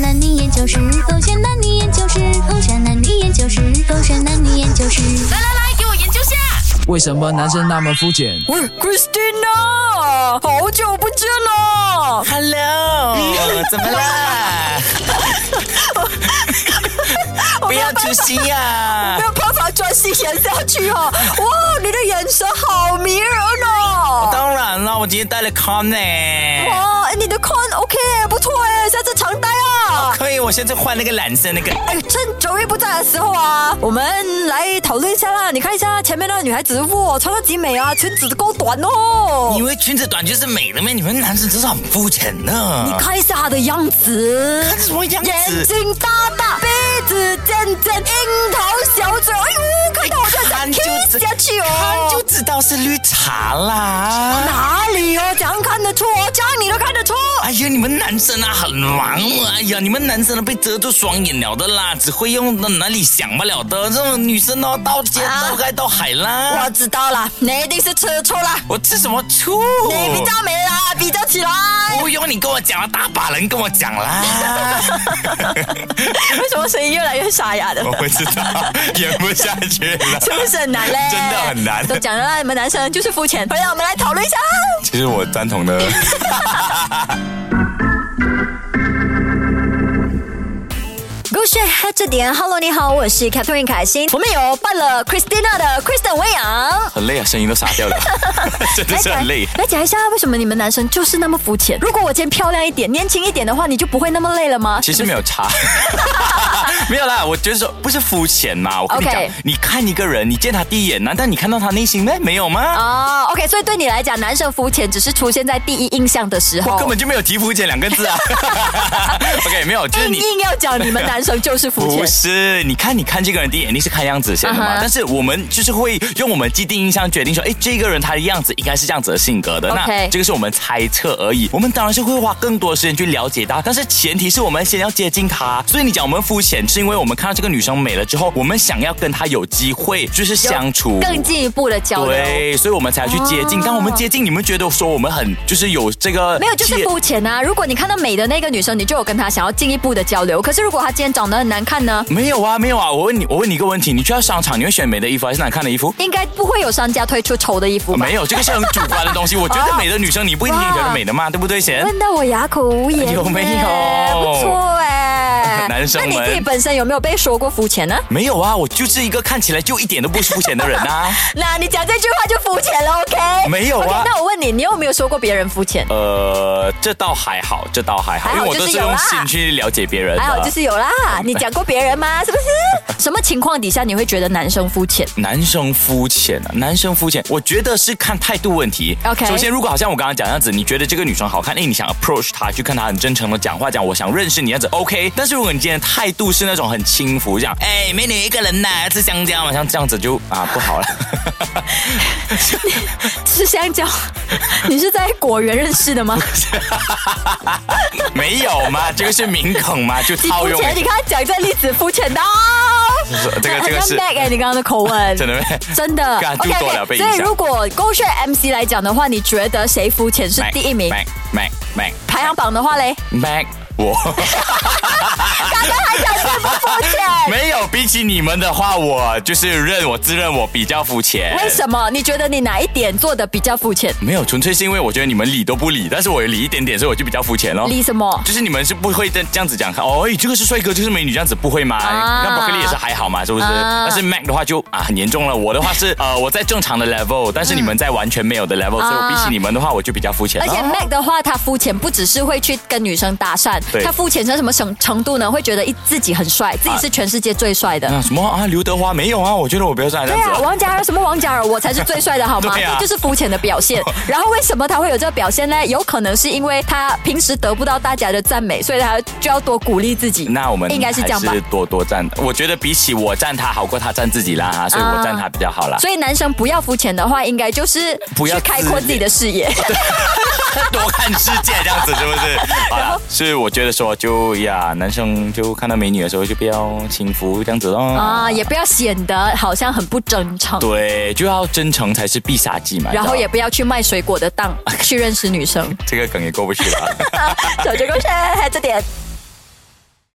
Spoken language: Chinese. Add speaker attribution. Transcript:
Speaker 1: 男女研究室，狗血男女研究室，狗血男女研究室，狗血男女研究室。
Speaker 2: 来来来，给我研究下。
Speaker 3: 为什么男生那么肤浅？
Speaker 4: 喂，Christina，好久不见了。
Speaker 5: Hello，怎么 啦？不要出息啊呀、
Speaker 4: 没有办法专心演下去哦。哇，你的眼神好迷人哦！
Speaker 5: 当然了，我今天带了 con 呢、
Speaker 4: 哇，哎你的 con OK 不错哎，下次常戴啊。
Speaker 5: 可以，我现在换那个蓝色那个。
Speaker 4: 哎，趁九月不在的时候啊，我们来讨论一下啦。你看一下前面那个女孩子，哇，穿到极美啊，裙子够短哦
Speaker 5: 以。为裙子短就是美的咩？你们男生真是很肤浅呢。
Speaker 4: 你看一下她的样子，
Speaker 5: 什么样
Speaker 4: 眼
Speaker 5: 子？
Speaker 4: 睛大大，鼻子尖尖，樱桃小嘴，哎呦，看到我就想
Speaker 5: 看就知
Speaker 4: 贴下去哦。
Speaker 5: 看就知道是绿茶啦。
Speaker 4: 哪里哦？怎样看得出哦？这样你都看得出？
Speaker 5: 哎呀，你们男生啊很忙，哎呀，你们男生都被遮住双眼了的啦，只会用到哪里想不了的。这种女生哦，到街
Speaker 4: 啊
Speaker 5: 到街到海啦。
Speaker 4: 我知道了，你一定是吃醋了。
Speaker 5: 我吃什么醋？
Speaker 4: 你比较美啦，比较起来。
Speaker 5: 不用你跟我讲了，大把人跟我讲啦。
Speaker 4: 为什么声音越来越沙哑的？
Speaker 5: 我不知道，演不下去了。
Speaker 4: 是不是很难嘞？
Speaker 5: 真的很难
Speaker 4: 都讲了，你们男生就是肤浅。回来我们来讨论一下。
Speaker 5: 其实我赞 同的。
Speaker 4: 狗血黑着点，Hello，你好，我是 Catherine 凯欣。我们有办了 Christina 的 Kristen 魏阳。
Speaker 5: 很累啊，声音都沙掉了， 哎真的是很累。
Speaker 4: 来哎讲一下啊为什么你们男生就是那么肤浅。如果我今天漂亮一点、年轻一点的话，你就不会那么累了吗？
Speaker 5: 其实没有 差，没有啦。我觉得说不是肤浅嘛，我跟你
Speaker 4: OK
Speaker 5: 讲，你看一个人，你见他第一眼，难道你看到他内心呢？没有吗？
Speaker 4: 哦、o k 所以对你来讲，男生肤浅只是出现在第一印象的时候，
Speaker 5: 根本就没有提肤浅两个字 啊。OK，没有，就是哎你
Speaker 4: 硬。硬要讲你们男生就是肤
Speaker 5: 不
Speaker 4: 浅。
Speaker 5: 是，你看，你看这个人第一眼，你是看样子先的嘛
Speaker 4: 啊哈
Speaker 5: 但是我们就是会用我们既定印象决定说，哎，这个人他的样子应该是这样子的性格的。
Speaker 4: OK
Speaker 5: 那这个是我们猜测而已。我们当然是会花更多的时间去了解他，但是前提是我们先要接近他。所以你讲我们肤浅，是因为我们看到这个女生美了之后，我们想要跟她有机会就是相处。
Speaker 4: 更进一步的交流。
Speaker 5: 对，所以我们才要去接近。
Speaker 4: 哦
Speaker 5: 当我们接近，你们觉得说我们很就是有这个
Speaker 4: 没有，就是
Speaker 5: 切
Speaker 4: 肤浅啊！如果你看到美的那个女生，你就有跟她想要进一步的交流。可是如果她今天长得很难看呢，
Speaker 5: 没有啊，没有啊。我问你，我问你一个问题，你去到商场，你会选美的衣服还是难看的衣服？
Speaker 4: 应该不会有商家推出丑的衣服吧？
Speaker 5: 没有，这个是很主观的东西。我觉得美的女生，你不一定觉得美的嘛，对不对，贤？
Speaker 4: 问到我哑口无言呢，
Speaker 5: 啊哎有没有
Speaker 4: 不错哎，
Speaker 5: 男生
Speaker 4: 那
Speaker 5: 们
Speaker 4: 你自己本身有没有被说过肤浅呢？
Speaker 5: 没有啊，我就是一个看起来就一点都不肤浅的人 啊。
Speaker 4: 那你讲这句话就肤浅了，OK？
Speaker 5: 没有啊
Speaker 4: OK，那我问你，你有没有说过别人肤浅？
Speaker 5: 呃，这倒还好，这倒还好，
Speaker 4: 还
Speaker 5: 因
Speaker 4: 好
Speaker 5: 为我都
Speaker 4: 就是
Speaker 5: 是
Speaker 4: 有啦
Speaker 5: 用心去了解别人的。啊
Speaker 4: 还好就是有啦，你讲过别人吗？是不 是？什么情况底下你会觉得男生肤浅？
Speaker 5: 男生肤浅啊，男生肤浅，我觉得是看态度问题。
Speaker 4: OK
Speaker 5: 首先，如果好像我刚刚讲那样子，你觉得这个女生好看，哎，你想 approach 她，去跟她很真诚的讲话，讲我想认识你这样子，OK。但是如果你今天态度是那种很轻浮，这样，哎，美女一个人呐，吃香蕉嘛，像这样子就啊不好了。
Speaker 4: 吃香蕉？你是在果园认识 的吗？
Speaker 5: 没有嘛，这个是民梗 嘛，就
Speaker 4: 你
Speaker 5: 套
Speaker 4: 肤
Speaker 5: 用
Speaker 4: 浅，你看讲这例子肤浅到，
Speaker 5: 这个这个是
Speaker 4: 很像啊 Mac 哎，你刚刚的口 吻
Speaker 5: 真的咩？
Speaker 4: 真的
Speaker 5: 干就
Speaker 4: OK，OK，
Speaker 5: 多了被影
Speaker 4: 所
Speaker 5: 响
Speaker 4: 以如果勾选 MC 来讲的话，你觉得谁肤浅是第一名？
Speaker 5: Mac Mac Mac
Speaker 4: 排行榜的话 嘞，
Speaker 5: Mac，我
Speaker 4: 刚刚还讲这不肤浅，
Speaker 5: 没有。比起你们的话，我就是认我自认我比较肤浅。
Speaker 4: 为什么？你觉得你哪一点做的比较肤浅？
Speaker 5: 没有，纯粹是因为我觉得你们理都不理，但是我有理一点点，所以我就比较肤浅咯。
Speaker 4: 理什么？
Speaker 5: 就是你们是不会这这样子讲，看哦，哎这个是帅哥，这个是美女，这样子不会吗？
Speaker 4: 啊
Speaker 5: 那伯克利也是还好嘛，是不是？
Speaker 4: 啊
Speaker 5: 但是 Mac 的话就啊很严重了。我的话是呃我在正常的 level，但是你们在完全没有的 level，、所以我比起你们的话，我就比较肤浅
Speaker 4: 啊
Speaker 5: 咯。
Speaker 4: 而且 Mac 的话，他肤浅不只是会去跟女生搭讪，
Speaker 5: 对
Speaker 4: 他肤浅成什么程程度呢？会觉得一自己很帅，自己是全世界最帅的。
Speaker 5: 啊什么啊？刘德华没有啊？我觉得我不要像这
Speaker 4: 对
Speaker 5: 样子
Speaker 4: 啊，
Speaker 5: 了。
Speaker 4: 王嘉尔什么王嘉尔，我才是最帅的好 吗？
Speaker 5: 对啊
Speaker 4: 这就是肤浅的表 现。然后为什么他会有这个表现呢？有可能是因为他平时得不到大家的赞美，所以他就要多鼓励自己。
Speaker 5: 那我们
Speaker 4: 应该是这样吧
Speaker 5: 还是多多赞。我觉得比起我赞他好过他赞自己啦，所以我赞他比较好啦。
Speaker 4: 啊所以男生不要肤浅的话，应该就是
Speaker 5: 啊不要
Speaker 4: 去开阔自己的视野。
Speaker 5: 多看世界这样子是不是？ 好啦，所以我觉得说就呀，男生就看到美女的时候就不要轻浮这样子咯。
Speaker 4: 啊，也不要显得好像很不真诚。
Speaker 5: 对，就要真诚才是必杀技嘛。
Speaker 4: 然后
Speaker 5: 你知
Speaker 4: 也
Speaker 5: 道吗
Speaker 4: 不要去卖水果的档，去认识女生。
Speaker 5: 这个梗也过不去了。
Speaker 4: 小杰哥是这点。